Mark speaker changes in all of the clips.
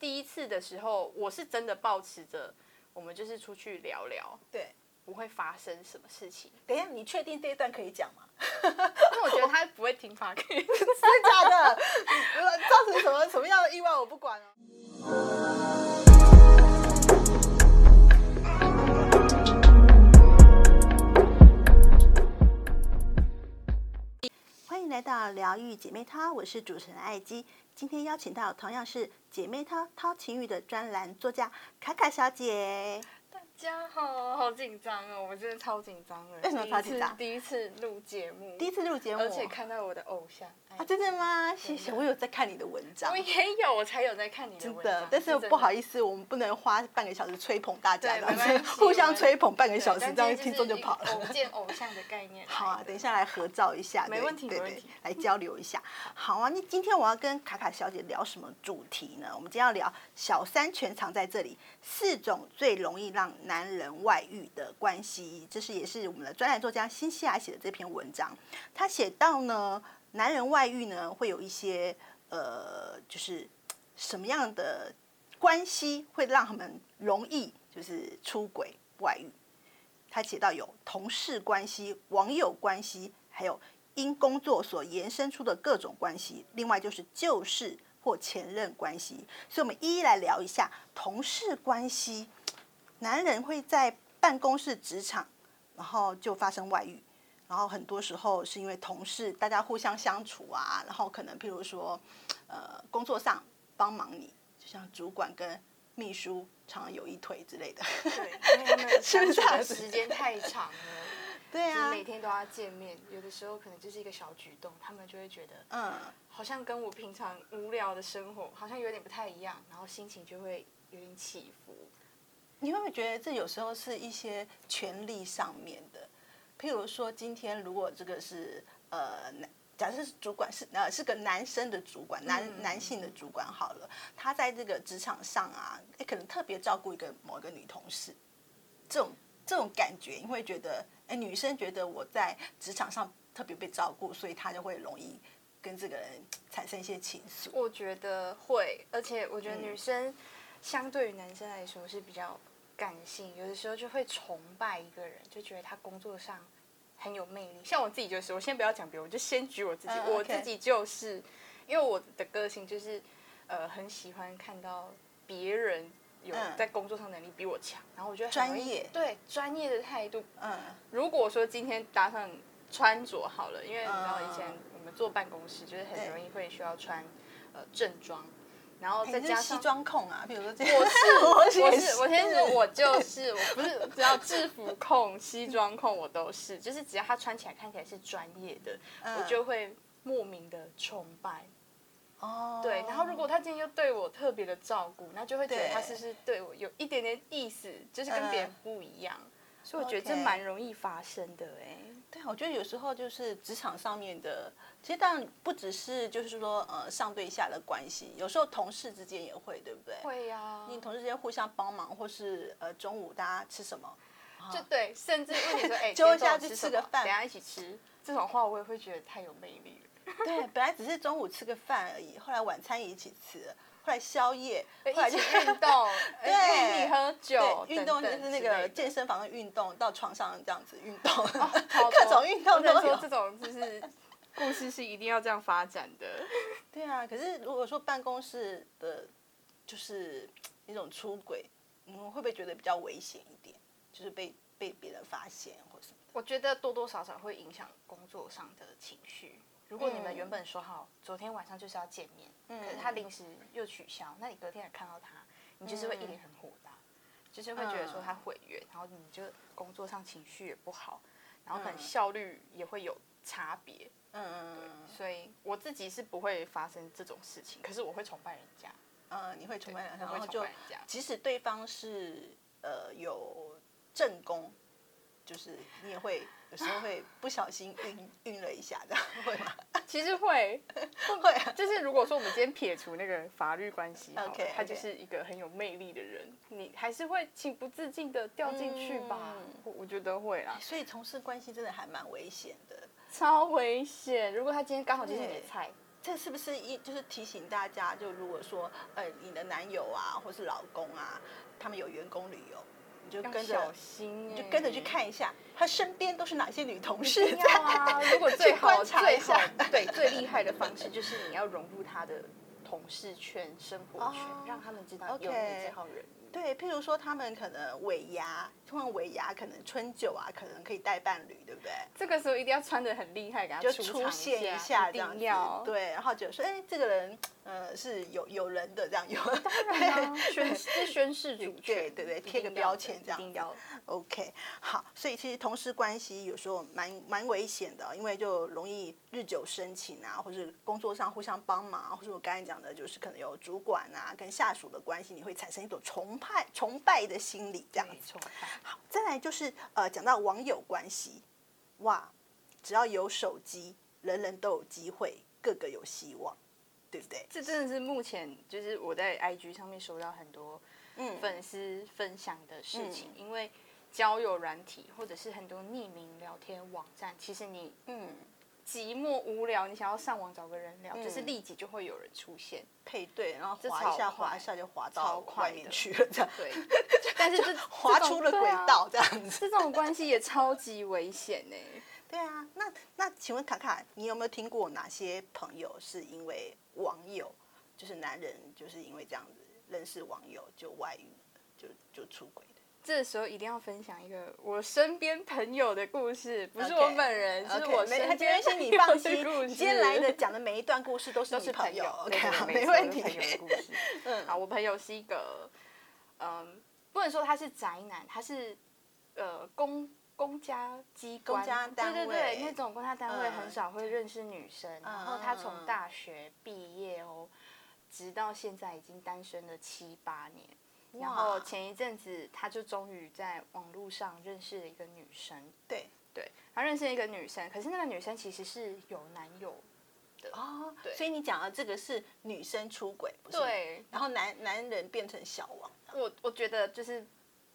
Speaker 1: 一次的时候，我是真的抱持着我们就是出去聊聊，
Speaker 2: 对，
Speaker 1: 不会发生什么事 情，
Speaker 2: 等一下，你确定这一段可以讲 吗？
Speaker 1: 因为我觉得他不会听 p o d c
Speaker 2: 真的假的？呃造成什么什么样的意外我不管哦。欢迎来到疗愈姐妹淘，我是主持人艾姬。今天邀请到同样是姐妹淘淘情欲的专栏作家卡卡小姐。
Speaker 1: 大家好，好紧张哦，我真的超紧张的。
Speaker 2: 为什么超紧张
Speaker 1: 第一次第一次录节目，
Speaker 2: 第一次录节目，
Speaker 1: 而且看到我的偶像，
Speaker 2: 啊，真的吗？谢谢，我有在看你的文章
Speaker 1: 我。也有，我才有在看你的
Speaker 2: 真
Speaker 1: 文章。
Speaker 2: 的，但是不好
Speaker 1: 思，
Speaker 2: 意思，我们不能花半个小时吹捧大家，
Speaker 1: 对
Speaker 2: 这样
Speaker 1: 没
Speaker 2: 子
Speaker 1: 关系
Speaker 2: 互相吹捧半个
Speaker 1: 对
Speaker 2: 小时，
Speaker 1: 但
Speaker 2: 这样
Speaker 1: 今天
Speaker 2: 听众就是跑
Speaker 1: 以偶
Speaker 2: 了。
Speaker 1: 见偶像的概念。哎
Speaker 2: 好啊，等一。下来合照一下，
Speaker 1: 没
Speaker 2: 对
Speaker 1: 问题
Speaker 2: 对
Speaker 1: 没问
Speaker 2: 对
Speaker 1: 题，嗯
Speaker 2: 来交流一下。好啊，那今天我要跟卡卡小姐聊什么主题呢？我们今天要聊小三全藏在这里，四种最容易让男人外遇的关系，这是也是我们的专栏作家辛西亚写的这篇文章。他写到呢，男人外遇呢会有一些呃，就是什么样的关系会让他们容易就是出轨外遇？他写到有同事关系、网友关系，还有因工作所延伸出的各种关系，另外就是旧事或前任关系。所以，我们一一来聊一下同事关系。男人会在办公室、职场，然后就发生外遇，然后很多时候是因为同事大家互相相处啊，然后可能譬如说，呃，工作上帮忙你，就像主管跟秘书常常有一腿之类的。
Speaker 1: 对，因为他们
Speaker 2: 是
Speaker 1: 相
Speaker 2: 不是
Speaker 1: 处
Speaker 2: 这样
Speaker 1: 的
Speaker 2: 子
Speaker 1: 时间太长 了，
Speaker 2: 对
Speaker 1: 就是
Speaker 2: 啊，
Speaker 1: 每天都要见面，有的时候可能就是一个小举动，他们就会觉得
Speaker 2: 嗯。
Speaker 1: 好像跟我平常无聊的生活好像有点不太一样，然后心情就会有点起伏。
Speaker 2: 你会不会觉得这有时候是一些权利上面的？譬如说，今天如果这个是呃，男假设是主管是呃是个男生的主管，男、
Speaker 1: 嗯
Speaker 2: 男性的主管好了，他在这个职场上啊，诶可能特别照顾一个某一个女同事，这种这种感觉，你会觉得，哎，女生觉得我在职场上特别被照顾，所以她就会容易跟这个人产生一些情愫。
Speaker 1: 我觉得会，而且我觉得
Speaker 2: 嗯
Speaker 1: 女生相对于男生来说是比较感性，有的时候就会崇拜一个人，就觉得他工作上很有魅力。像我自己就是，我先不要讲别人，我就先举我自己，
Speaker 2: 嗯
Speaker 1: 我
Speaker 2: OK
Speaker 1: 自己就是因为我的个性就是呃很喜欢看到别人有
Speaker 2: 嗯
Speaker 1: 在工作上能力比我强，然后我觉得很容易
Speaker 2: 专业
Speaker 1: 对专业的态度
Speaker 2: 嗯，
Speaker 1: 如果说今天搭上穿着好了，因为你知道
Speaker 2: 嗯
Speaker 1: 以前我们坐办公室就是很
Speaker 2: 对哎
Speaker 1: 容易会需要穿呃正装，然后再
Speaker 2: 你
Speaker 1: 加
Speaker 2: 是西
Speaker 1: 上。
Speaker 2: 装控啊，比如说这
Speaker 1: 我
Speaker 2: 样。
Speaker 1: 是
Speaker 2: 我
Speaker 1: 我
Speaker 2: 也
Speaker 1: 是
Speaker 2: 是
Speaker 1: 我先说，我就是我不是只要制服控、西装控我都是，就是只要他穿起来看起来是专业的，我
Speaker 2: 嗯
Speaker 1: 就会莫名的崇拜。
Speaker 2: 哦，
Speaker 1: 对，然后如果他今天又对我特别的照顾，那就会觉得
Speaker 2: 对嗯
Speaker 1: 他是不是对我有一点点意思，就是跟别人不一样。所以我觉得这
Speaker 2: OK
Speaker 1: 蛮容易发生的哎、
Speaker 2: 对啊，我觉得有时候就是职场上面的，其实当然不只是就是说呃上对下的关系，有时候同事之间也会，对不对？
Speaker 1: 会呀、
Speaker 2: 你同事之间互相帮忙，或是呃中午大家吃 什么？
Speaker 1: 就对，甚至问你说，哎、今
Speaker 2: 揪
Speaker 1: 天中
Speaker 2: 一下
Speaker 1: 午
Speaker 2: 去
Speaker 1: 吃
Speaker 2: 吃
Speaker 1: 什
Speaker 2: 个
Speaker 1: 么
Speaker 2: 饭
Speaker 1: 等一下一起吃，这种话我也会觉得太有魅力了。
Speaker 2: 对，本来只是中午吃个饭而已，后来晚餐也一起吃了，后来宵夜，后来
Speaker 1: 一
Speaker 2: 就
Speaker 1: 起运 动，
Speaker 2: 对
Speaker 1: 一起喝酒，
Speaker 2: 对运动就
Speaker 1: 等
Speaker 2: 是
Speaker 1: 等
Speaker 2: 那
Speaker 1: 之类
Speaker 2: 个
Speaker 1: 的哦
Speaker 2: 健身房的运动，到床上这样子运动，
Speaker 1: 好
Speaker 2: 各
Speaker 1: 多
Speaker 2: 种
Speaker 1: 我
Speaker 2: 运动
Speaker 1: 只能
Speaker 2: 都
Speaker 1: 说
Speaker 2: 有。
Speaker 1: 这种就是故事是一定要这样发展的。
Speaker 2: 对啊，可是如果说办公室的，就是一种出轨，你们会不会觉得比较危险一点？就是被被别人发现或什么的？
Speaker 1: 我觉得多多少少会影响工作上的情绪。如果你们
Speaker 2: 嗯
Speaker 1: 原本说好昨天晚上就是要见面，可是他临时又取消，那你隔天也看到他，你就是
Speaker 2: 嗯
Speaker 1: 会一脸很火大，就是会觉得说他毁约，然后你就工作上情绪也不好，然后可能
Speaker 2: 嗯
Speaker 1: 效率也会有差别。
Speaker 2: 嗯
Speaker 1: 所以我自己是不会发生这种事情，可是我会崇拜人家，
Speaker 2: 嗯，你会崇拜两下，
Speaker 1: 我会
Speaker 2: 然后
Speaker 1: 崇
Speaker 2: 就
Speaker 1: 拜人家。
Speaker 2: 即使对方是呃有正宫，就是你也会有时候 会不小心晕晕了一下，这样会吗？
Speaker 1: 其实会，
Speaker 2: 会 啊，
Speaker 1: 就是如果说我们今天撇除那个法律关系好了
Speaker 2: OK，OK
Speaker 1: 他就是一个很有魅力的人，你还是会情不自禁的掉进去吧？
Speaker 2: 嗯
Speaker 1: 我我觉得会啦，
Speaker 2: 所以同事关系真的还蛮危险的。
Speaker 1: 超危险。如果他今天刚好就是你的菜，
Speaker 2: 这是不是一就是提醒大家，就如果说呃你的男友啊，或是老公啊，他们有员工旅游，你就
Speaker 1: 要
Speaker 2: 跟
Speaker 1: 小
Speaker 2: 着
Speaker 1: 心、欸，
Speaker 2: 就跟着去看一下，他身边都是哪些女同
Speaker 1: 一
Speaker 2: 事
Speaker 1: 定
Speaker 2: 在
Speaker 1: 要啊！如果最
Speaker 2: 去
Speaker 1: 好
Speaker 2: 观察
Speaker 1: 最
Speaker 2: 一
Speaker 1: 好
Speaker 2: 下
Speaker 1: 对最厉害的方式就是你要融入他的同事圈、生活圈，
Speaker 2: 哦
Speaker 1: 让他们知道
Speaker 2: OK
Speaker 1: 有你这号人物。
Speaker 2: 对，譬如说他们可能尾牙，通常尾牙可能春酒啊，可能可以带伴侣，对不对？
Speaker 1: 这个时候一定要穿的很厉害，给他
Speaker 2: 就
Speaker 1: 出
Speaker 2: 出
Speaker 1: 场
Speaker 2: 现一
Speaker 1: 下，
Speaker 2: 下
Speaker 1: 一
Speaker 2: 这样
Speaker 1: 定
Speaker 2: 子
Speaker 1: 要，
Speaker 2: 对，然后就说，哎，这个人，呃，是有有人的这样有。
Speaker 1: 当然 啊，宣这宣示主权，
Speaker 2: 对对对
Speaker 1: 一
Speaker 2: 贴
Speaker 1: 定
Speaker 2: 个
Speaker 1: 要
Speaker 2: 标
Speaker 1: 的
Speaker 2: 签这
Speaker 1: 一
Speaker 2: 样
Speaker 1: 定
Speaker 2: 子
Speaker 1: 要的。
Speaker 2: OK，好，所以其实同事关系有时候蛮蛮危险的，因为就容易日久生情啊，或是工作上互相帮忙啊，或者我刚才讲的，就是可能有主管啊跟下属的关系，你会产生一种崇拜崇拜的心理这样
Speaker 1: 没
Speaker 2: 子。
Speaker 1: 错，
Speaker 2: 再来就是呃，讲到网友关系，哇，只要有手机，人人都有机会，个个有希望，对不对？
Speaker 1: 这真的是目前就是我在 IG 上面收到很多
Speaker 2: 嗯
Speaker 1: 粉丝分享的事情，因为交友软体或者是很多匿名聊天网站，其实你
Speaker 2: 嗯，
Speaker 1: 寂寞无聊，你想要上网找个人聊，就是
Speaker 2: 嗯
Speaker 1: 立即就会有人出现。
Speaker 2: 配对，然后
Speaker 1: 这
Speaker 2: 滑
Speaker 1: 超
Speaker 2: 一下
Speaker 1: 快
Speaker 2: 滑一下就滑
Speaker 1: 超
Speaker 2: 到
Speaker 1: 快
Speaker 2: 外
Speaker 1: 的
Speaker 2: 面去了，这样
Speaker 1: 对，但是这
Speaker 2: 滑出了轨。道
Speaker 1: 这种对啊
Speaker 2: 这样子。
Speaker 1: 这种关系也超级危险欸呢、
Speaker 2: 对啊，那那请问卡卡，你有没有听过哪些朋友是因为网友，就是男人就是因为这样子认识网友就外遇，就就出轨的？
Speaker 1: 这时候一定要分享一个我身边朋友的故事，不是
Speaker 2: OK，
Speaker 1: 我本人是
Speaker 2: OK，
Speaker 1: 我
Speaker 2: 没
Speaker 1: 身
Speaker 2: 他
Speaker 1: 边
Speaker 2: 今天先
Speaker 1: 朋
Speaker 2: 你
Speaker 1: 友
Speaker 2: 放
Speaker 1: 的
Speaker 2: 心，
Speaker 1: 故
Speaker 2: 你今天来的
Speaker 1: 事
Speaker 2: 讲的每一段故事都是
Speaker 1: 都
Speaker 2: 你
Speaker 1: 是
Speaker 2: 朋
Speaker 1: 友对
Speaker 2: OK，
Speaker 1: 对
Speaker 2: 好，
Speaker 1: 对
Speaker 2: 没
Speaker 1: 错
Speaker 2: 问
Speaker 1: 都是
Speaker 2: 题。
Speaker 1: 朋友的故事，
Speaker 2: 嗯
Speaker 1: 好，我朋友是一个，嗯，不能说他是宅男，他是呃公公家机关、
Speaker 2: 公家单
Speaker 1: 对对对，
Speaker 2: 位
Speaker 1: 那种公家单位
Speaker 2: 嗯
Speaker 1: 很少会认识女生。然后他从大学毕业哦，直到现在已经单身了七八年。然后前一阵子，他就终于在网络上认识了一个女生，
Speaker 2: 对
Speaker 1: 对，他认识了一个女生，可是那个女生其实是有男友，
Speaker 2: 哦，所以你讲的这个是女生出轨，不是？。
Speaker 1: 对，
Speaker 2: 然后男男人变成小王，
Speaker 1: 我我觉得就是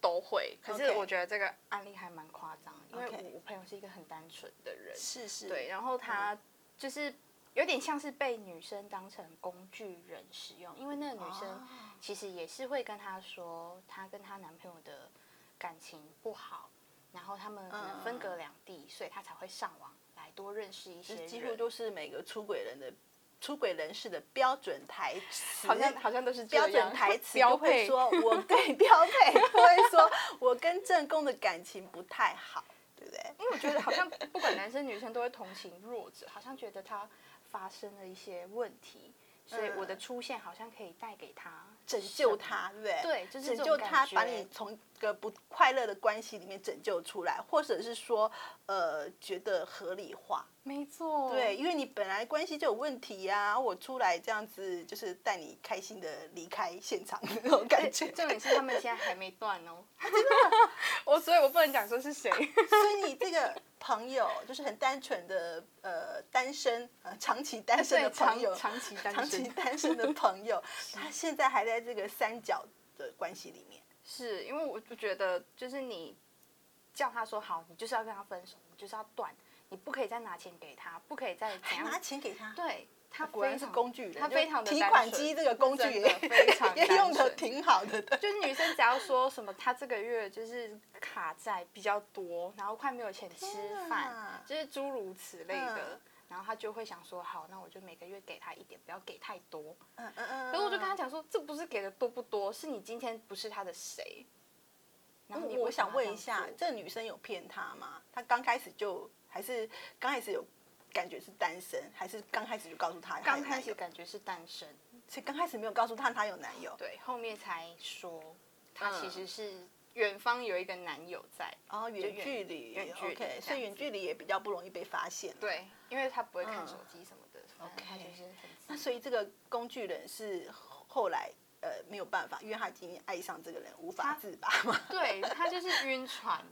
Speaker 1: 都会，可是
Speaker 2: OK
Speaker 1: 我觉得这个案例还蛮夸张的，因为
Speaker 2: OK
Speaker 1: 我我朋友是一个很单纯的人，
Speaker 2: 是嗯是，
Speaker 1: 对，然后他就是有点像是被女生当成工具人使用，因为那个女生
Speaker 2: 哦
Speaker 1: 其实也是会跟他说，她跟她男朋友的感情不好，然后他们可能分隔两地，所以她才会上网来多认识一些人，
Speaker 2: 几乎都是每个出轨人的出轨人士的标准台词，
Speaker 1: 好像好像都是这
Speaker 2: 标
Speaker 1: 样
Speaker 2: 准台 词
Speaker 1: 标
Speaker 2: 就会
Speaker 1: 配
Speaker 2: 说，我对 标配不会说，我跟正宫的感情不太好，对不对？
Speaker 1: 因为 我觉得好像不管男生女生都会同情弱者，好像觉得他发生了一些问题，所以我的出现好像可以带给他
Speaker 2: 拯救他，对不对？
Speaker 1: 对就是这种
Speaker 2: 拯救他
Speaker 1: 感，觉
Speaker 2: 把你从一个不快乐的关系里面拯救出来，或者是说，呃，觉得合理化，
Speaker 1: 什么。没错，
Speaker 2: 对，，因为你本来关系就有问题呀、我出来这样子就是带你开心的离开现场那种感觉。
Speaker 1: 重点是他们现在还没断哦。真的， 我所以我不能讲说是谁。
Speaker 2: 所以你这个朋友就是很单纯的呃单身呃长期单身的
Speaker 1: 对，
Speaker 2: 朋
Speaker 1: 长
Speaker 2: 友，
Speaker 1: 长期单
Speaker 2: 长期
Speaker 1: 身，
Speaker 2: 单身的朋友，他现在还在这个三角的关系里面。
Speaker 1: 是因为我就觉得就是你叫他说好，你就是要跟他分手，你就是要断，你不可以再拿钱给他，不可以再怎
Speaker 2: 拿
Speaker 1: 样。
Speaker 2: 钱给他，
Speaker 1: 对他
Speaker 2: 果然
Speaker 1: 非
Speaker 2: 是
Speaker 1: 常
Speaker 2: 工具人，
Speaker 1: 他
Speaker 2: 就
Speaker 1: 非常的
Speaker 2: 提
Speaker 1: 单
Speaker 2: 款
Speaker 1: 纯
Speaker 2: 机这个工具
Speaker 1: 真的
Speaker 2: 也
Speaker 1: 非常
Speaker 2: 也
Speaker 1: 单
Speaker 2: 用的
Speaker 1: 纯
Speaker 2: 挺好的，对
Speaker 1: 就是女生只要说什么，她这个月就是卡债比较多，然后快没有钱吃
Speaker 2: 天
Speaker 1: 饭
Speaker 2: 啊，
Speaker 1: 就是诸如此类的。
Speaker 2: 嗯
Speaker 1: 然后她就会想说，好，那我就每个月给她一点，不要给太多。
Speaker 2: 嗯嗯嗯。
Speaker 1: 可是我就跟她讲说，这不是给的多不多，是你今天不是她的谁。然后你
Speaker 2: 我我想问一
Speaker 1: 为什
Speaker 2: 下
Speaker 1: 么要，这样做
Speaker 2: 这女生有骗他吗？她刚开始就还是刚开始有感觉是单身，还是刚开始就告诉他？
Speaker 1: 刚开始，感觉是单身，
Speaker 2: 所以刚开始没有告诉他她有男友。
Speaker 1: 对，后面才说她
Speaker 2: 嗯
Speaker 1: 其实是远方有一个男友在，
Speaker 2: 哦，远
Speaker 1: 远
Speaker 2: 距离，
Speaker 1: 远距离
Speaker 2: o
Speaker 1: 这样
Speaker 2: k 所以远
Speaker 1: 子
Speaker 2: 距离也比较不容易被发现。，
Speaker 1: 对，因为她不会看
Speaker 2: 嗯
Speaker 1: 手机什么的，反正她
Speaker 2: OK
Speaker 1: 就是很自
Speaker 2: 那所以这个工具人是后后来呃没有办法，因为他已经爱上这个人，无
Speaker 1: 他
Speaker 2: 法自 拔嘛。
Speaker 1: 对他就是晕船，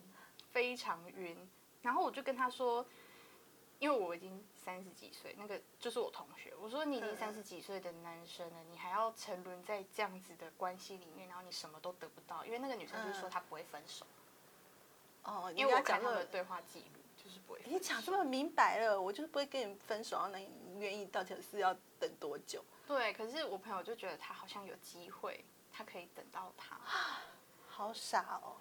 Speaker 1: 非常晕。然后我就跟他说，因为我已经三十几岁，那个就是我同学，我说你已经
Speaker 2: 嗯
Speaker 1: 三十几岁的男生了，你还要沉沦在这样子的关系里面，然后你什么都得不到，因为那个女生就是说
Speaker 2: 嗯
Speaker 1: 她不会分手，
Speaker 2: 哦，你
Speaker 1: 因为
Speaker 2: 跟
Speaker 1: 我
Speaker 2: 他
Speaker 1: 看
Speaker 2: 讲
Speaker 1: 他
Speaker 2: 过
Speaker 1: 们的对话记录，就就是不会分手。
Speaker 2: 你讲这么明白了，我就是不会跟你分手，然后你愿意到底是要等多久？
Speaker 1: 对，可是我朋友就觉得他好像有机会，他可以等到他。
Speaker 2: 好傻哦！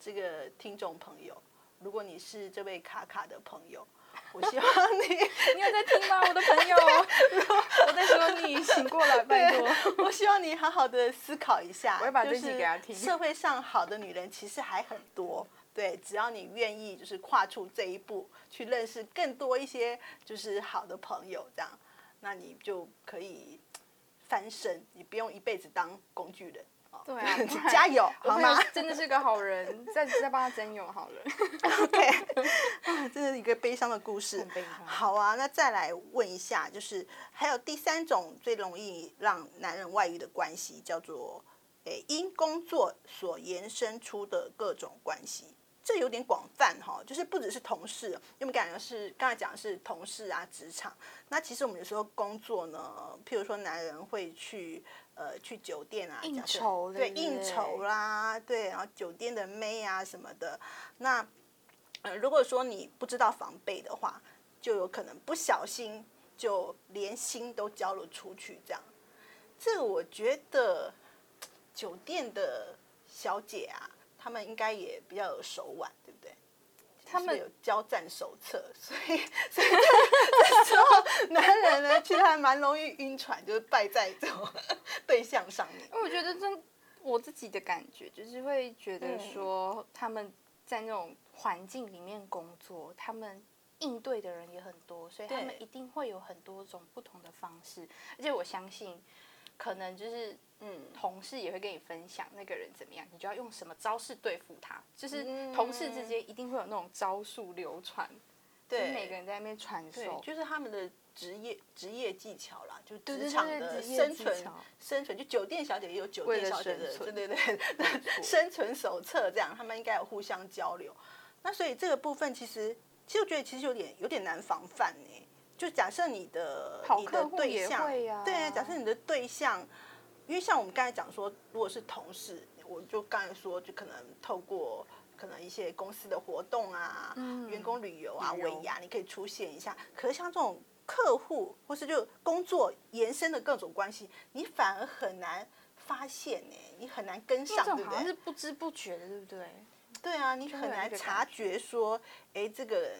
Speaker 2: 这个听众朋友，如果你是这位卡卡的朋友，我希望你
Speaker 1: 你有在听吗，我的朋友？ 我在说你醒过来，拜托。
Speaker 2: 我希望你好好的思考一下。
Speaker 1: 我会把
Speaker 2: 就
Speaker 1: 这集
Speaker 2: 是
Speaker 1: 给他听
Speaker 2: 社会上好的女人其实还很多，对，只要你愿意，就是跨出这一步，去认识更多一些就是好的朋友，这样，那你就可以翻身，你不用一辈子当工具人。哦
Speaker 1: 对啊不然
Speaker 2: 加油，
Speaker 1: 我
Speaker 2: 好
Speaker 1: 朋友
Speaker 2: 吗？
Speaker 1: 真的是个好人，再再帮他增友好了。
Speaker 2: 对，啊，这是一个悲伤的故事
Speaker 1: 很悲伤。
Speaker 2: 好啊，那再来问一下，就是还有第三种最容易让男人外遇的关系，叫做诶、因工作所延伸出的各种关系。这有点广泛哈，就是不只是同事，因为我们感觉是刚才讲的是同事啊、职场。那其实我们有时候工作呢，譬如说男人会去呃去酒店啊，
Speaker 1: 应
Speaker 2: 假设
Speaker 1: 酬对
Speaker 2: 对
Speaker 1: 不对
Speaker 2: 应酬啦，对，然后酒店的妹啊什么的。那呃，如果说你不知道防备的话，就有可能不小心就连心都交了出去。这样，这个我觉得酒店的小姐啊，她们应该也比较有手腕，对不对？
Speaker 1: 他
Speaker 2: 是不是
Speaker 1: 们
Speaker 2: 有交战手册，所以所以这时候男人呢，其实还蛮容易晕船，就是败在这种 对象上面。
Speaker 1: 因为我觉得真我自己的感觉就是会觉得说，他们在那种环境里面工作，他们应对的人也很多，所以他
Speaker 2: 对
Speaker 1: 们一定会有很多种不同的方式。而且我相信，可能就是
Speaker 2: 嗯，
Speaker 1: 同事也会跟你分享那个人怎么样，你就要用什么招式对付他。就是
Speaker 2: 嗯
Speaker 1: 同事之间一定会有那种招数流传，就是
Speaker 2: 对，
Speaker 1: 每个人在那边传
Speaker 2: 对
Speaker 1: 授，。
Speaker 2: 就是他们的职业职业技巧啦，就
Speaker 1: 对对
Speaker 2: 职场
Speaker 1: 对
Speaker 2: 的
Speaker 1: 职业
Speaker 2: 生
Speaker 1: 技
Speaker 2: 存
Speaker 1: 巧
Speaker 2: 生存，就酒店小姐也有酒
Speaker 1: 为
Speaker 2: 店
Speaker 1: 了
Speaker 2: 小姐的
Speaker 1: 生存
Speaker 2: 对对对生存手册这样，他们应该有互相交流。那所以这个部分其实，其实我觉得其实有点有点难防范呢、就假设你的
Speaker 1: 跑
Speaker 2: 你
Speaker 1: 客
Speaker 2: 的
Speaker 1: 户
Speaker 2: 对
Speaker 1: 也
Speaker 2: 象，
Speaker 1: 会啊
Speaker 2: 对，假设你的对象，因为像我们刚才讲说，如果是同事，我就刚才说，就可能透过可能一些公司的活动啊，
Speaker 1: 嗯
Speaker 2: 员工旅游啊、
Speaker 1: 旅游
Speaker 2: 尾牙，你可以出现一下。可是像这种客户或是就工作延伸的各种关系，你反而很难发现呢、你很难跟
Speaker 1: 那
Speaker 2: 上，
Speaker 1: 种
Speaker 2: 对不
Speaker 1: 好像
Speaker 2: 对
Speaker 1: 是？不知不觉的，对不对？
Speaker 2: 对啊，你
Speaker 1: 会
Speaker 2: 很
Speaker 1: 有那
Speaker 2: 难
Speaker 1: 个
Speaker 2: 察
Speaker 1: 感
Speaker 2: 觉说，哎，这个人，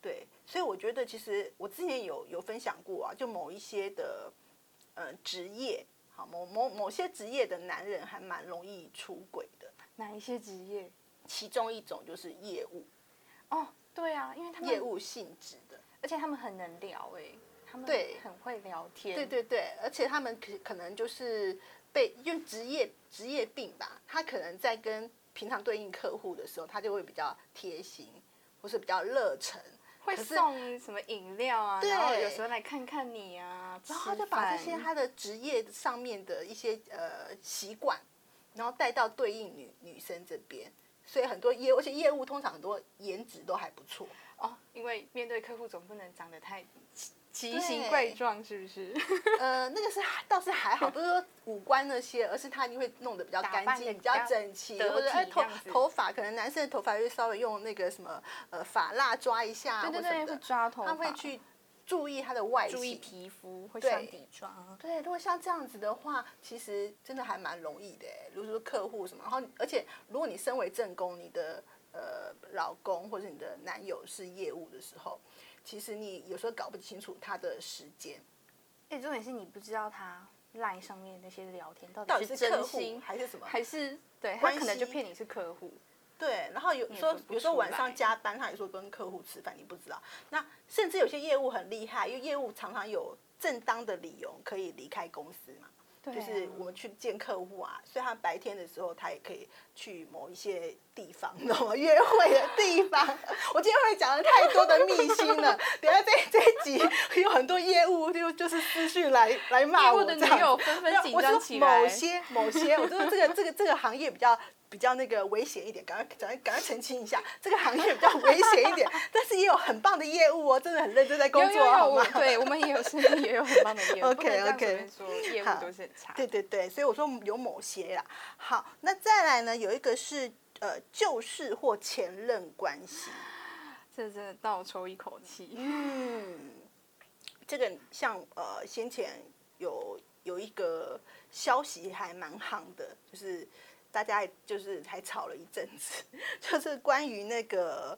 Speaker 2: 对，所以我觉得其实我之前有有分享过啊，就某一些的呃职业，好某某某些职业的男人还蛮容易出轨的，
Speaker 1: 哪一些职业？
Speaker 2: 其中一种就是业务
Speaker 1: 哦，对啊，因为他们
Speaker 2: 业务性质的。
Speaker 1: 而且他们很能聊哎、他们
Speaker 2: 对
Speaker 1: 很会聊天，
Speaker 2: 对对对，而且他们可可能就是被因为职业职业病吧，他可能在跟平常对应客户的时候，他就会比较贴心，或是比较热忱，
Speaker 1: 会
Speaker 2: 可是
Speaker 1: 送什么饮料啊，
Speaker 2: 对
Speaker 1: 然后有时候来看看你啊，
Speaker 2: 然后他就把这些
Speaker 1: 吃饭
Speaker 2: 他的职业上面的一些呃习惯，然后带到对应女女生这边，所以很多业务，而且业务通常很多颜值都还不错。
Speaker 1: 哦，因为面对客户总不能长得太奇奇
Speaker 2: 对
Speaker 1: 形怪状，是不 是？
Speaker 2: 呃，那个是倒是还好，不是说五官那些，而是他一定会弄得比较
Speaker 1: 打
Speaker 2: 干
Speaker 1: 扮
Speaker 2: 净、
Speaker 1: 得
Speaker 2: 比
Speaker 1: 比
Speaker 2: 较
Speaker 1: 较
Speaker 2: 整齐，
Speaker 1: 得
Speaker 2: 或者哎
Speaker 1: 体
Speaker 2: 头
Speaker 1: 这样子
Speaker 2: 头发，可能男生的头发会稍微用那个什么呃发蜡抓一下，
Speaker 1: 对对
Speaker 2: 或什
Speaker 1: 对，
Speaker 2: 么
Speaker 1: 会
Speaker 2: 的，
Speaker 1: 抓头发，
Speaker 2: 他会去注意他的外形，
Speaker 1: 注意皮肤，会上
Speaker 2: 对
Speaker 1: 底妆，
Speaker 2: 对，如果像这样子的话，其实真的还蛮容易的欸。如果说客户什么，然后而且如果你身为正宫，你的呃老公或者你的男友是业务的时候，其实你有时候搞不清楚他的时间
Speaker 1: 哎，重点是你不知道他赖上面那些聊天到
Speaker 2: 到
Speaker 1: 底
Speaker 2: 底
Speaker 1: 是
Speaker 2: 客
Speaker 1: 真
Speaker 2: 户
Speaker 1: 心
Speaker 2: 还是什么。
Speaker 1: 还是对他
Speaker 2: 关
Speaker 1: 可能就
Speaker 2: 系
Speaker 1: 骗你是客户，
Speaker 2: 对，然后有
Speaker 1: 也
Speaker 2: 时候
Speaker 1: 分不
Speaker 2: 有时候
Speaker 1: 出
Speaker 2: 晚
Speaker 1: 来
Speaker 2: 上加班，他也说跟客户吃饭，你不知道。那甚至有些业务很厉害，因为业务常常有正当的理由可以离开公司嘛。
Speaker 1: 对
Speaker 2: 就
Speaker 1: 啊
Speaker 2: 是我们去见客户啊，所以他白天的时候他也可以去某一些地方， 你懂吗？约会的地方。我今天会讲了太多的秘辛了，等一下这这一集有很多业务就就是私讯来来骂
Speaker 1: 业务
Speaker 2: 我
Speaker 1: 的
Speaker 2: 这样
Speaker 1: 女友
Speaker 2: 子
Speaker 1: 纷
Speaker 2: 没有
Speaker 1: 纷紧
Speaker 2: 我
Speaker 1: 张
Speaker 2: 说
Speaker 1: 起来，
Speaker 2: 某些某些，我说这个这个这个行业比较比较那个危险一点，赶快赶快赶快澄清一下，这个行业比较危险一点， 但是也有很棒的业务哦，真的很认真在工
Speaker 1: 有
Speaker 2: 作，
Speaker 1: 有有，
Speaker 2: 好
Speaker 1: 我
Speaker 2: 吗？
Speaker 1: 对我们也有生意，也有很棒的业务 不
Speaker 2: OK，
Speaker 1: 能这样
Speaker 2: OK
Speaker 1: 随便说业
Speaker 2: 好
Speaker 1: 务都是很差。
Speaker 2: 对对对，所以我说有某些啦。好，那再来呢，有一个是呃旧事或前任关系，
Speaker 1: 这真的倒抽一口气。
Speaker 2: 嗯，这个像呃，先前有有一个消息还蛮夯的，就是大家就是还吵了一阵子， 就是关于那个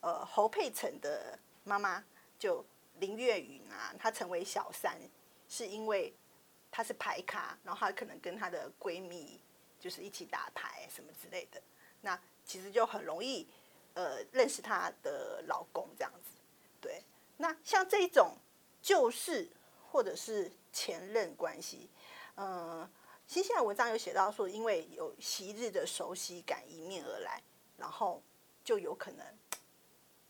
Speaker 2: 呃侯佩岑的妈妈就林月云啊，她成为小三是因为她是牌咖，然后她可能跟她的闺蜜就是一起打牌什么之类的，那其实就很容易呃认识她的老公这样子。对，那像这一种旧事或者是前任关系，呃，其实现在文章有写到说，因为有昔日的熟悉感迎面而来，然后就有可能，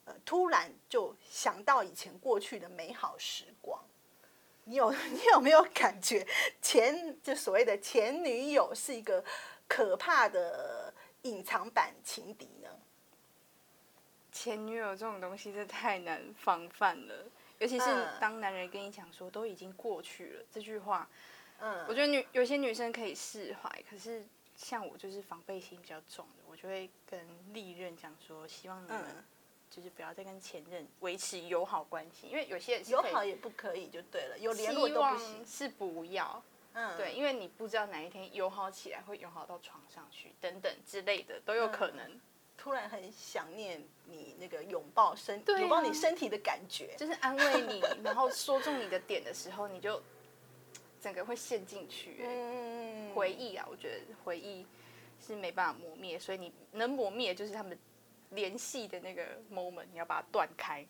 Speaker 2: 呃，突然就想到以前过去的美好时光。你有 你有没有感觉前就所谓的前女友是一个可怕的隐藏版情敌呢？
Speaker 1: 前女友这种东西，这太难防范了。尤其是
Speaker 2: 嗯
Speaker 1: 当男人跟你讲说都已经过去了这句话，
Speaker 2: 嗯，
Speaker 1: 我觉得女有些女生可以释怀，可是像我就是防备心比较重的，我就会跟历任讲说，希望你
Speaker 2: 嗯
Speaker 1: 们就是不要再跟前任维持友好关系，因为有些人是
Speaker 2: 友
Speaker 1: 可以
Speaker 2: 好也不可以就对了，有联络
Speaker 1: 希
Speaker 2: 都不
Speaker 1: 望
Speaker 2: 行。
Speaker 1: 是不要，
Speaker 2: 嗯，
Speaker 1: 对，因为你不知道哪一天友好起来会友好到床上去，等等之类的都
Speaker 2: 嗯
Speaker 1: 有可能。
Speaker 2: 突然很想念你那个拥抱身，
Speaker 1: 对啊
Speaker 2: 拥抱你身体的感觉。
Speaker 1: 就是安慰你，然后说中你的点的时候，你就整个会陷进去、欸
Speaker 2: 嗯，
Speaker 1: 回忆啊，我觉得回忆是没办法磨灭，所以你能磨灭就是他们联系的那个 moment，你要把它断开。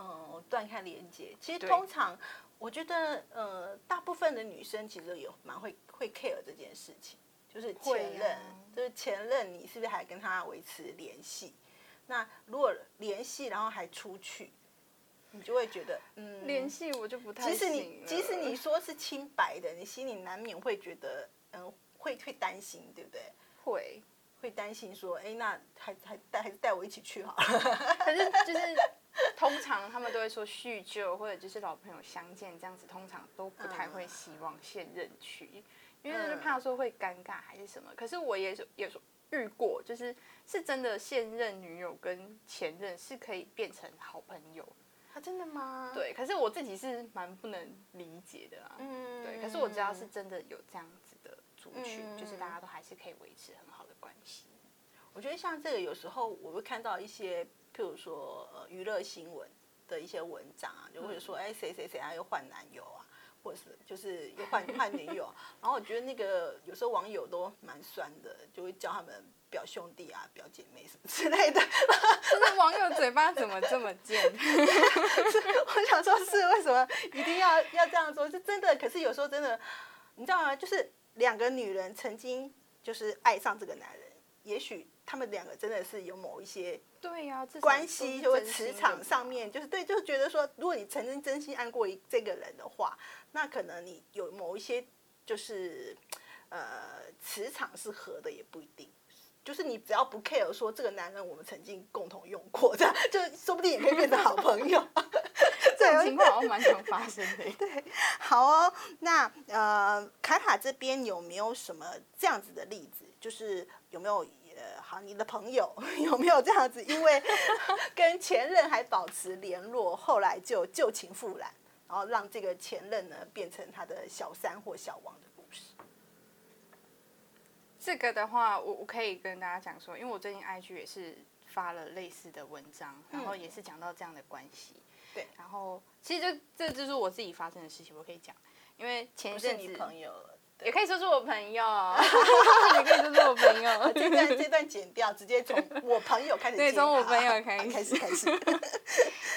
Speaker 2: 嗯，断开连接。其实
Speaker 1: 对
Speaker 2: 通常我觉得，呃，大部分的女生其实有蛮会会 care 这件事情，就是
Speaker 1: 会
Speaker 2: 前任，
Speaker 1: 啊
Speaker 2: 就是前任，你是不是还跟他维持联系？那如果联系，然后还出去，你就会觉得，嗯，
Speaker 1: 联系我就不太
Speaker 2: 即使
Speaker 1: 行
Speaker 2: 你
Speaker 1: 了
Speaker 2: 即使你说是清白的，你心里难免会觉得，嗯，会会担心，对不对？
Speaker 1: 会，
Speaker 2: 会担心说，哎，那还还带还是带我一起去好了。
Speaker 1: 可是就是通常他们都会说叙旧或者就是老朋友相见这样子，通常都不太
Speaker 2: 嗯
Speaker 1: 会希望现任去，因为就是怕说会尴尬还是什么。可是我也是也说遇过，就是是真的现任女友跟前任是可以变成好朋友，
Speaker 2: 啊，真的吗？，
Speaker 1: 对。可是我自己是蛮不能理解的啦，
Speaker 2: 嗯
Speaker 1: 对。可是我知道是真的有这样子的族群，
Speaker 2: 嗯
Speaker 1: 就是大家都还是可以维持很好的关 系。
Speaker 2: 我觉得像这个，有时候我会看到一些，譬如说呃娱乐新闻的一些文章啊，就会说，哎、谁谁谁啊又换男友啊，或者是就是又换换女友啊，然后我觉得那个有时候网友都蛮酸的，就会叫他们表兄弟啊、表姐妹什么之类的。
Speaker 1: 真的网友嘴巴怎么这么 贱？
Speaker 2: 我想说，是为什么一定要要这样说？是真的，可是有时候真的，你知道吗？就是两个女人曾经就是爱上这个男人，也许他们两个真的是有某一些
Speaker 1: 对呀、这
Speaker 2: 关系，就
Speaker 1: 会
Speaker 2: 是磁场上面，就是对，就觉得说，如果你曾经真心爱过一这个人的话，那可能你有某一些就是呃磁场是合的，也不一定。就是你只要不 care 说这个男人我们曾经共同用过，这样就说不定也可以变成好朋友。
Speaker 1: 这种情况好像蛮常发生的。对，
Speaker 2: 好哦，那呃，卡卡这边有没有什么这样子的例子？就是有没有呃，好，你的朋友 有没有这样子，因 为跟前任还保持联络，后来就旧情复燃，然后让这个前任呢变成他的小三或小王的故事？
Speaker 1: 这个的话，我我可以跟大家讲说，因为我最近 IG 也是发了类似的文章，然后也是讲到这样的关系。
Speaker 2: 嗯对
Speaker 1: 然后其实就这就是我自己发生的事情，我可以讲，因为前一
Speaker 2: 是
Speaker 1: 阵
Speaker 2: 你
Speaker 1: 子
Speaker 2: 朋友了。
Speaker 1: 也可以说是我朋友， 也可以说是我朋 友。
Speaker 2: 呃这段这段剪掉，直接从我朋友开始
Speaker 1: 对
Speaker 2: 剪。
Speaker 1: 从我朋友
Speaker 2: 好
Speaker 1: 开始
Speaker 2: 开始开始。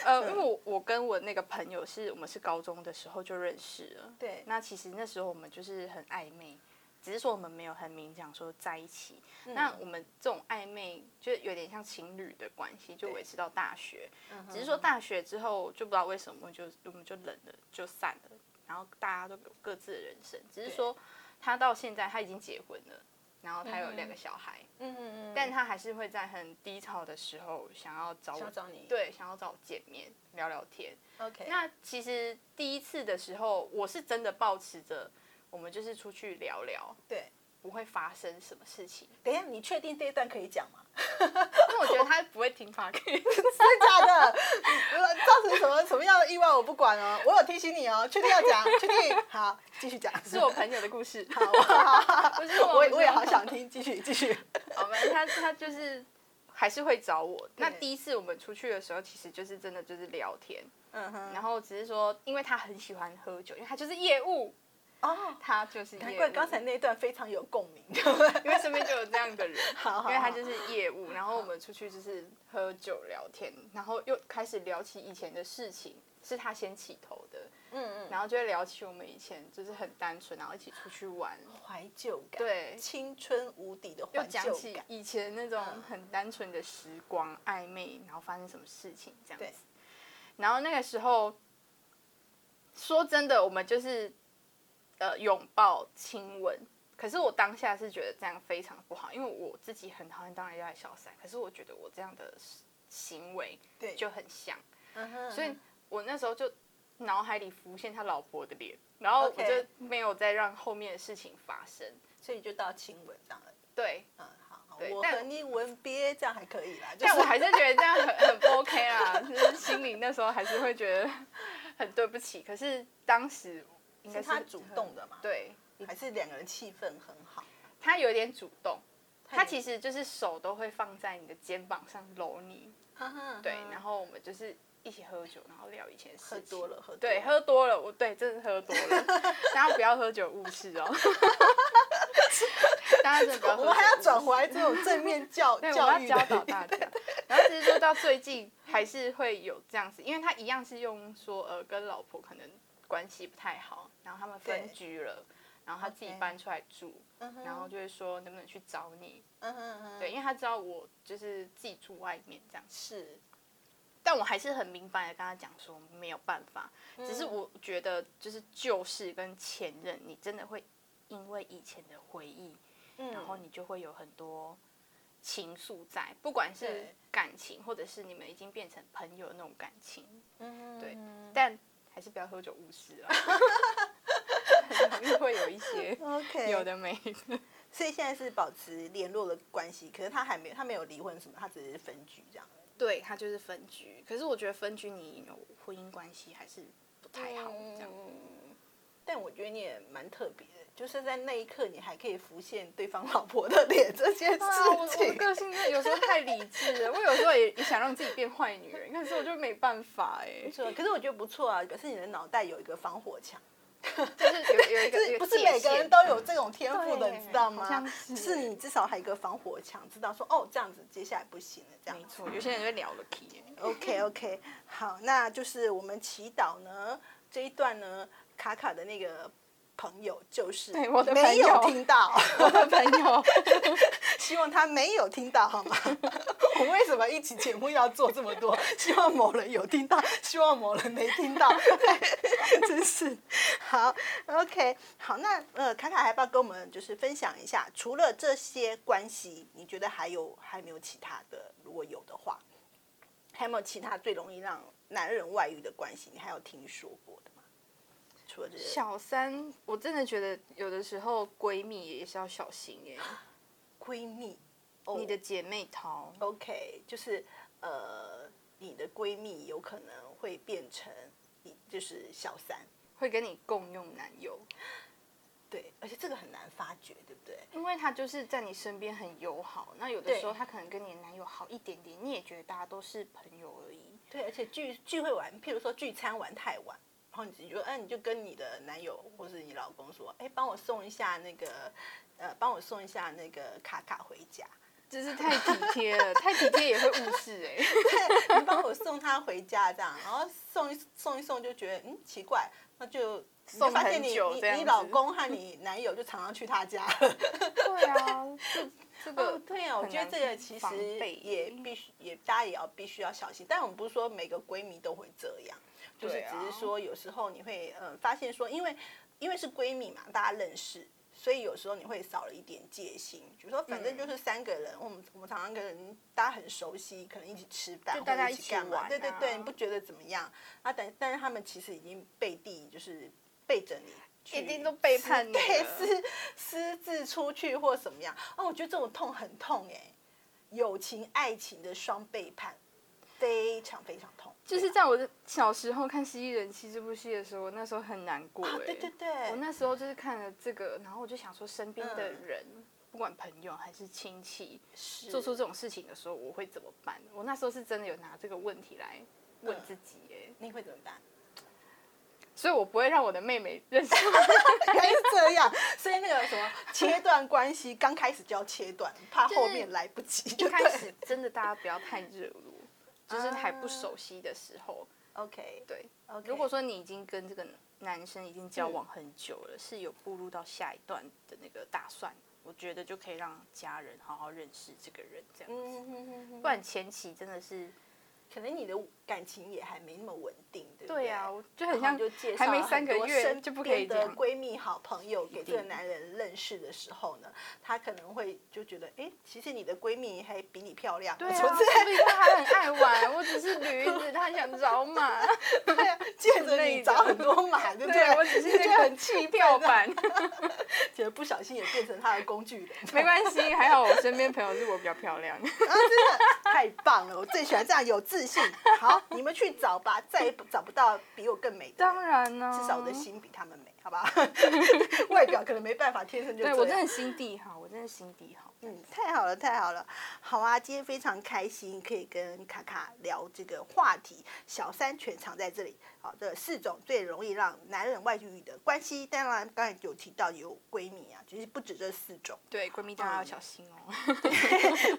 Speaker 1: 呃，因为我我跟我那个朋友是我们是高中的时候就认识了，
Speaker 2: 对
Speaker 1: 那其实那时候我们就是很暧昧，只是说我们没有很明讲说在一起。那我们这种暧昧就有点像情侣的关系，就维持到大学。只是说大学之后就不知道为什么就我们就冷了，就散了，然后大家都有各自的人生。只是说他到现在他已经结婚了，然后他有两个小孩，
Speaker 2: 嗯嗯嗯。
Speaker 1: 但他还是会在很低潮的时候想要找我
Speaker 2: 要找你
Speaker 1: 对，想要找我见面聊聊天。
Speaker 2: OK，
Speaker 1: 那其实第一次的时候，我是真的抱持着我们就是出去聊聊，
Speaker 2: 对，
Speaker 1: 不会发生什么事情。
Speaker 2: 等一下，你确定这一段可以讲吗？
Speaker 1: 因为我觉得他不会 听 p o d c
Speaker 2: 真的假的？呃造成什么什么样的意外我不管哦，我有提醒你哦，确定要 讲，确定好，继续讲。
Speaker 1: 是我 朋友的故事。
Speaker 2: 好，我
Speaker 1: 不是我
Speaker 2: 我也我也好想听，继续继续。
Speaker 1: 好吧，他他就是还是会找我。那
Speaker 2: 对
Speaker 1: 第一次我们出去的时候，其实就是真的就是聊天，
Speaker 2: 嗯哼，
Speaker 1: 然后只是说，因为他很喜欢喝酒，因为他就是业务，
Speaker 2: 哦，
Speaker 1: 他就是业务。
Speaker 2: 难怪刚才那一段非常有共鸣，对不对？
Speaker 1: 因为身边就有这样的人，
Speaker 2: 好好
Speaker 1: 因为他
Speaker 2: 好
Speaker 1: 就是业务，然后我们出去就是喝酒聊天，然后又开始聊起以前的事情，是他先起头的，
Speaker 2: 嗯嗯，
Speaker 1: 然后就会聊起我们以前就是很单纯，然后一起出去玩，
Speaker 2: 怀旧感，
Speaker 1: 对
Speaker 2: 青春无敌的
Speaker 1: 又
Speaker 2: 怀
Speaker 1: 讲
Speaker 2: 旧
Speaker 1: 起
Speaker 2: 感，嗯
Speaker 1: 以前那种很单纯的时光暧昧，然后发生什么事情这样
Speaker 2: 对
Speaker 1: 子，然后那个时候，说真的，我们就是呃拥抱亲吻。可是我当下是觉得这样非常不好，因为我自己很讨厌当人家的小三。可是我觉得我这样的行为
Speaker 2: 对，
Speaker 1: 就很像，
Speaker 2: 嗯哼
Speaker 1: 所以我那时候就脑海里浮现他老婆的脸，然后我
Speaker 2: OK
Speaker 1: 就没有再让后面的事情发生。
Speaker 2: 所以就到亲吻上了。
Speaker 1: 对，
Speaker 2: 嗯，好，好
Speaker 1: 对
Speaker 2: 我
Speaker 1: 但
Speaker 2: 和你吻别，这样还可以啦。就
Speaker 1: 但我
Speaker 2: 是
Speaker 1: 还是觉得这样很很不 OK 啦，就是心里那时候还是会觉得很对不起。可是当时应该
Speaker 2: 是他主动的嘛
Speaker 1: 对，
Speaker 2: 还是两个人气氛很好。
Speaker 1: 他有点主动，他
Speaker 2: 有
Speaker 1: 其实就是手都会放在你的肩膀上揉你，对
Speaker 2: 对，
Speaker 1: 然后我们就是一起喝酒，然后聊以前的事
Speaker 2: 嗯喝
Speaker 1: 情
Speaker 2: 多了，喝多
Speaker 1: 对，
Speaker 2: 了
Speaker 1: 喝多了，我对，真的喝多了，大家不要喝酒误事哦。 大家真的不要喝酒误事。
Speaker 2: 我们还要转回来这种正面 教
Speaker 1: 对，我
Speaker 2: 教
Speaker 1: 们
Speaker 2: 育
Speaker 1: 要教
Speaker 2: 的
Speaker 1: 导 大家。 然后其实说到最近还是会有这样子，因为他一样是用说呃跟老婆可能关系不太好，然后他们分
Speaker 2: 对
Speaker 1: 居了，然后他自己
Speaker 2: OK
Speaker 1: 搬出来住，然后
Speaker 2: 嗯
Speaker 1: 就会说能不能去找你？
Speaker 2: 哼嗯哼，
Speaker 1: 对，因为他知道我就是自己住外面这样子，
Speaker 2: 是，
Speaker 1: 但我还是很明白的跟他讲说没有办法，只
Speaker 2: 嗯
Speaker 1: 是我觉得就是旧事跟前任，你真的会因为以前的回忆，然
Speaker 2: 然
Speaker 1: 后你就会有很多情愫在，不管是
Speaker 2: 对
Speaker 1: 感情，或者是你们已经变成朋友的那种感情，
Speaker 2: 对
Speaker 1: 但还是不要喝酒误事啊， 很容易会有一些
Speaker 2: OK
Speaker 1: 有，的没的。
Speaker 2: 所以现在是保持联络的关系，可是他还没有，他没有离婚什么，他只是分居这样。
Speaker 1: 对他就是分居，可是我觉得分居你有婚姻关系还是不太好，这样、
Speaker 2: 但我觉得你也蛮特别的，就是在那一刻你还可以浮现对方老婆的脸这件
Speaker 1: 对 啊，我
Speaker 2: 事
Speaker 1: 我的
Speaker 2: 情。
Speaker 1: 个性真的有时候太理智了，我有时候也也想让自己变坏女人，但是我就没办法哎、
Speaker 2: 是吧可是我觉得不错啊，可是你的脑袋有一个防火墙，
Speaker 1: 就是有有一个
Speaker 2: 就是
Speaker 1: 有一
Speaker 2: 不
Speaker 1: 个
Speaker 2: 是
Speaker 1: 界
Speaker 2: 每个
Speaker 1: 限嗯
Speaker 2: 人都有这种天赋的，
Speaker 1: 对
Speaker 2: 你知道吗？
Speaker 1: 好像是
Speaker 2: 是你至少还有一个防火墙，知道说哦这样子接下来不行了，这样
Speaker 1: 没错，有些人就会聊了 key 哎、
Speaker 2: OK OK，好，那就是我们祈祷呢这一段呢，卡卡的那个朋友就是
Speaker 1: 对我的
Speaker 2: 没
Speaker 1: 朋友
Speaker 2: 有听到，
Speaker 1: 我的朋友，
Speaker 2: 希望他没有听到好吗？ 我为什么一期节目要做这么多？希望某人有听到，希望某人没听到， 真是好 OK 好，那呃卡卡还要不要跟我们就是分享一下，除了这些关系，你觉得还有还有没有其他的？如果有的话。还有没有其他最容易让男人外遇的关系？你还有听说过的吗？除了这些
Speaker 1: 小三，我真的觉得有的时候闺蜜也是要小心耶、
Speaker 2: 闺蜜，哦
Speaker 1: 你的姐妹淘，
Speaker 2: OK，就是呃，你的闺蜜有可能会变成你就是小三，
Speaker 1: 会跟你共用男友，
Speaker 2: 对，而且这个很难发觉，对不对？
Speaker 1: 因为她就是在你身边很友好。那有的时候
Speaker 2: 对
Speaker 1: 她可能跟你的男友好一点点，你也觉得大家都是朋友而已。
Speaker 2: 对，而且聚聚会玩，譬如说聚餐玩太晚，然后你就嗯、你就跟你的男友或是你老公说，哎，帮我送一下那个，呃，帮我送一下那个卡卡回家，
Speaker 1: 就是太体贴 了，太体贴也会误事哎、
Speaker 2: 你帮我送他回家这样，然后送一送一送就觉得嗯奇怪，那就。你就
Speaker 1: 送
Speaker 2: 发现
Speaker 1: 很
Speaker 2: 你
Speaker 1: 久
Speaker 2: 你
Speaker 1: 这样
Speaker 2: 你
Speaker 1: 子
Speaker 2: 老公和你男友就常常去他家了，
Speaker 1: 对啊，这这个、
Speaker 2: 哦，对啊，我觉得这个其
Speaker 1: 防
Speaker 2: 实
Speaker 1: 备嗯
Speaker 2: 也必须，也大家也要必须要小心。但我们不是说每个闺蜜都会这样，就是
Speaker 1: 对啊
Speaker 2: 只是说有时候你会嗯、呃发现说，因为因为是闺蜜嘛，大家认识。所以有时候你会少了一点戒心，比如说反
Speaker 1: 嗯
Speaker 2: 正就是三个人，我们我们常常跟人大家很熟悉，可能一起吃饭，
Speaker 1: 就大家
Speaker 2: 或者
Speaker 1: 一
Speaker 2: 起
Speaker 1: 起
Speaker 2: 干嘛？
Speaker 1: 玩啊
Speaker 2: 对对对，你不觉得怎么样？啊，但但是他们其实已经背地就是背着你去
Speaker 1: 一定都背叛你
Speaker 2: 对，
Speaker 1: 了
Speaker 2: 私私自出去或什么样。哦，我觉得这种痛很痛哎、友情、爱情的双背叛，非常非常痛。
Speaker 1: 就是在我的小时候看《蜥蜴人妻》这部戏的时候，我那时候很难过哎、
Speaker 2: 啊，对对对，
Speaker 1: 我那时候就是看了这个，然后我就想说，身边的人、不管朋友嗯还是亲戚，
Speaker 2: 是
Speaker 1: 做出这种事情的时候，我会怎么办？我那时候是真的有拿这个问题来问
Speaker 2: 嗯
Speaker 1: 自己哎、
Speaker 2: 你会怎么办？
Speaker 1: 所以我不会让我的妹妹认 识我。
Speaker 2: 原来是这样，所以那个什么切断关系，刚开始就要切断，怕后面来不及就
Speaker 1: 一
Speaker 2: 对
Speaker 1: 开始真的大家不要太热络，就是还不
Speaker 2: 啊
Speaker 1: 熟悉的时候，
Speaker 2: OK，
Speaker 1: 对。
Speaker 2: OK
Speaker 1: 如果说你已经跟这个男生已经交往很久了，是有步入到下一段的那个打算，我觉得就可以让家人好好认识这个人，这样。
Speaker 2: 嗯哼哼哼
Speaker 1: 不然前期真的是，
Speaker 2: 可能你的感情也还没那么稳定，对不对？
Speaker 1: 对呀、我就很
Speaker 2: 然后
Speaker 1: 像
Speaker 2: 你就介绍
Speaker 1: 还没
Speaker 2: 了
Speaker 1: 三
Speaker 2: 很
Speaker 1: 个
Speaker 2: 多
Speaker 1: 月
Speaker 2: 身
Speaker 1: 就不可以
Speaker 2: 边
Speaker 1: 这
Speaker 2: 的
Speaker 1: 样。
Speaker 2: 闺蜜、好朋友给这个
Speaker 1: 定
Speaker 2: 男人认识的时候呢，他可能会就觉得，哎，其实你的闺蜜还比你漂亮，
Speaker 1: 对啊，
Speaker 2: 什
Speaker 1: 说
Speaker 2: 么
Speaker 1: 不
Speaker 2: 之类
Speaker 1: 定他还很爱玩，我只是驴子，他想找马。
Speaker 2: 的，借着
Speaker 1: 类
Speaker 2: 你
Speaker 1: 的
Speaker 2: 找很多 马， 对不
Speaker 1: 对，啊我只是 那个
Speaker 2: 很啊
Speaker 1: 气票版，
Speaker 2: 觉得不小心也变成他的工具人，
Speaker 1: 没关系，还好我身边朋友是我比较漂亮。
Speaker 2: 太棒了，我最喜欢这样有自信。好，你们去 找吧，再也不找不到比我更美的人。
Speaker 1: 当然呢、
Speaker 2: 啊至少我的心比他们美，好 吧？外表可能没办法，天生就这
Speaker 1: 对
Speaker 2: 样。
Speaker 1: 我真的心地好，我真的心地好。
Speaker 2: 嗯，太好了，太好了，好啊！今天非常开心，可以跟卡卡聊这个话题。小三全藏在这里，好，这四种最容易让男人外遇的关系，当然刚才有提到有闺蜜啊，就是不止这四种。
Speaker 1: 对，闺蜜大家要小心哦。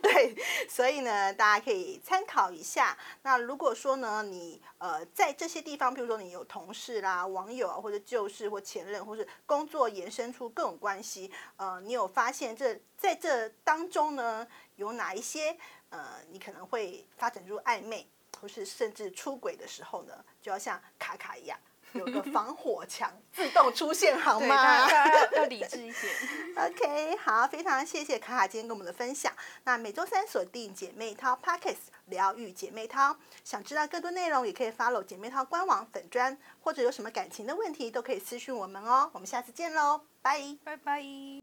Speaker 2: 对，所以呢，大家可以参考一下。那如果说呢，你呃在这些地方，比如说你有同事啦、网友啊，或者旧事或前任，或是工作延伸出各种关系，呃，你有发现这在这当中呢，有哪一些呃，你可能会发展出暧昧，或是甚至出轨的时候呢，就要像卡卡一样。有个防火墙自动出现，好
Speaker 1: 对，
Speaker 2: 吗？
Speaker 1: 大家大家要要理智一点。
Speaker 2: OK，好，非常谢谢卡卡今天跟我们的分享。那每周三锁定姐妹淘 Pockets 疗愈姐妹淘，想知道更多内容也可以 follow 姐妹淘官网粉砖，或者有什么感情的问题都可以私讯我们哦。我们下次见喽，拜。
Speaker 1: 拜拜。